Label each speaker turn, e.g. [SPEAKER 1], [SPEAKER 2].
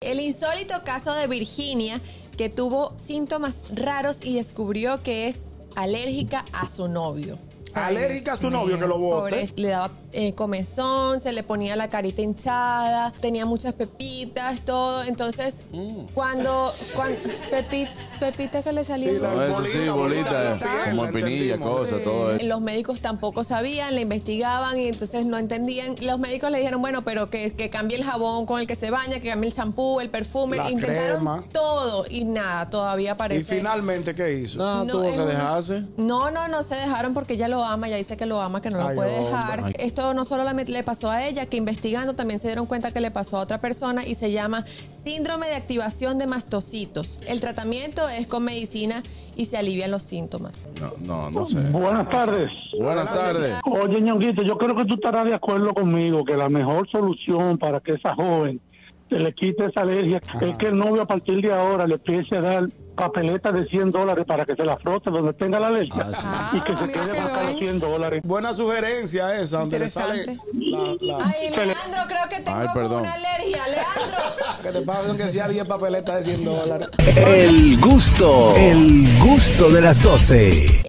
[SPEAKER 1] El insólito caso de Virginia, que tuvo síntomas raros y descubrió que es alérgica a su novio.
[SPEAKER 2] Alérgica a su
[SPEAKER 1] Dios
[SPEAKER 2] novio
[SPEAKER 1] mío,
[SPEAKER 2] que lo bote.
[SPEAKER 1] pobre, le daba eh, comezón, se le ponía la carita hinchada, tenía muchas pepitas, todo. Entonces,
[SPEAKER 3] Mm.
[SPEAKER 1] cuando, cuan- pepi- pepita que le salía.
[SPEAKER 2] Sí, la-
[SPEAKER 3] No, eso sí,
[SPEAKER 2] Bolita, bolita,
[SPEAKER 3] bolita, eh,
[SPEAKER 2] bolita,
[SPEAKER 3] como
[SPEAKER 2] entendimos.
[SPEAKER 3] espinilla, cosas,
[SPEAKER 1] Sí.
[SPEAKER 3] todo eso.
[SPEAKER 1] Los médicos tampoco sabían, le investigaban y entonces no entendían. Los médicos le dijeron, bueno, pero que, que cambie el jabón con el que se baña, que cambie el champú, el perfume.
[SPEAKER 2] La
[SPEAKER 1] Intentaron
[SPEAKER 2] crema.
[SPEAKER 1] todo y nada, todavía
[SPEAKER 2] Y
[SPEAKER 1] parece.
[SPEAKER 2] finalmente, ¿qué hizo?
[SPEAKER 3] No,
[SPEAKER 1] No,
[SPEAKER 3] tuvo
[SPEAKER 1] es
[SPEAKER 3] que
[SPEAKER 1] un-
[SPEAKER 3] dejarse.
[SPEAKER 1] No, no, no se dejaron porque ella lo ama, ella dice que lo ama, que no
[SPEAKER 2] Ay,
[SPEAKER 1] lo puede
[SPEAKER 2] hombre.
[SPEAKER 1] dejar.
[SPEAKER 3] Ay.
[SPEAKER 1] Esto no solo la met- le pasó a ella, que investigando también se dieron cuenta que le pasó a otra persona y se llama síndrome de activación de mastocitos. El tratamiento es con medicina y se alivian los síntomas.
[SPEAKER 3] No, no, no sé.
[SPEAKER 4] Buenas tardes.
[SPEAKER 3] Buenas tardes.
[SPEAKER 4] Oye, ñonguito, yo creo que tú estarás de acuerdo conmigo que la mejor solución para que esa joven se le quite esa alergia
[SPEAKER 3] Ah.
[SPEAKER 4] es que el novio a partir de ahora le empiece a dar papeletas de 100 dólares para que se la frote donde tenga la alergia
[SPEAKER 1] Ah,
[SPEAKER 4] y que se
[SPEAKER 1] mira
[SPEAKER 4] quede
[SPEAKER 1] qué
[SPEAKER 4] con cada
[SPEAKER 1] bien.
[SPEAKER 4] 100 dólares.
[SPEAKER 2] Buena sugerencia esa, donde le sale la, la-
[SPEAKER 1] Ay, Leandro, creo que tengo
[SPEAKER 3] Ay,
[SPEAKER 1] como
[SPEAKER 3] perdón.
[SPEAKER 1] una alergia, Leandro.
[SPEAKER 2] que te pasen que sea 10 papeletas de 100 dólares.
[SPEAKER 5] El gusto, el gusto de las doce.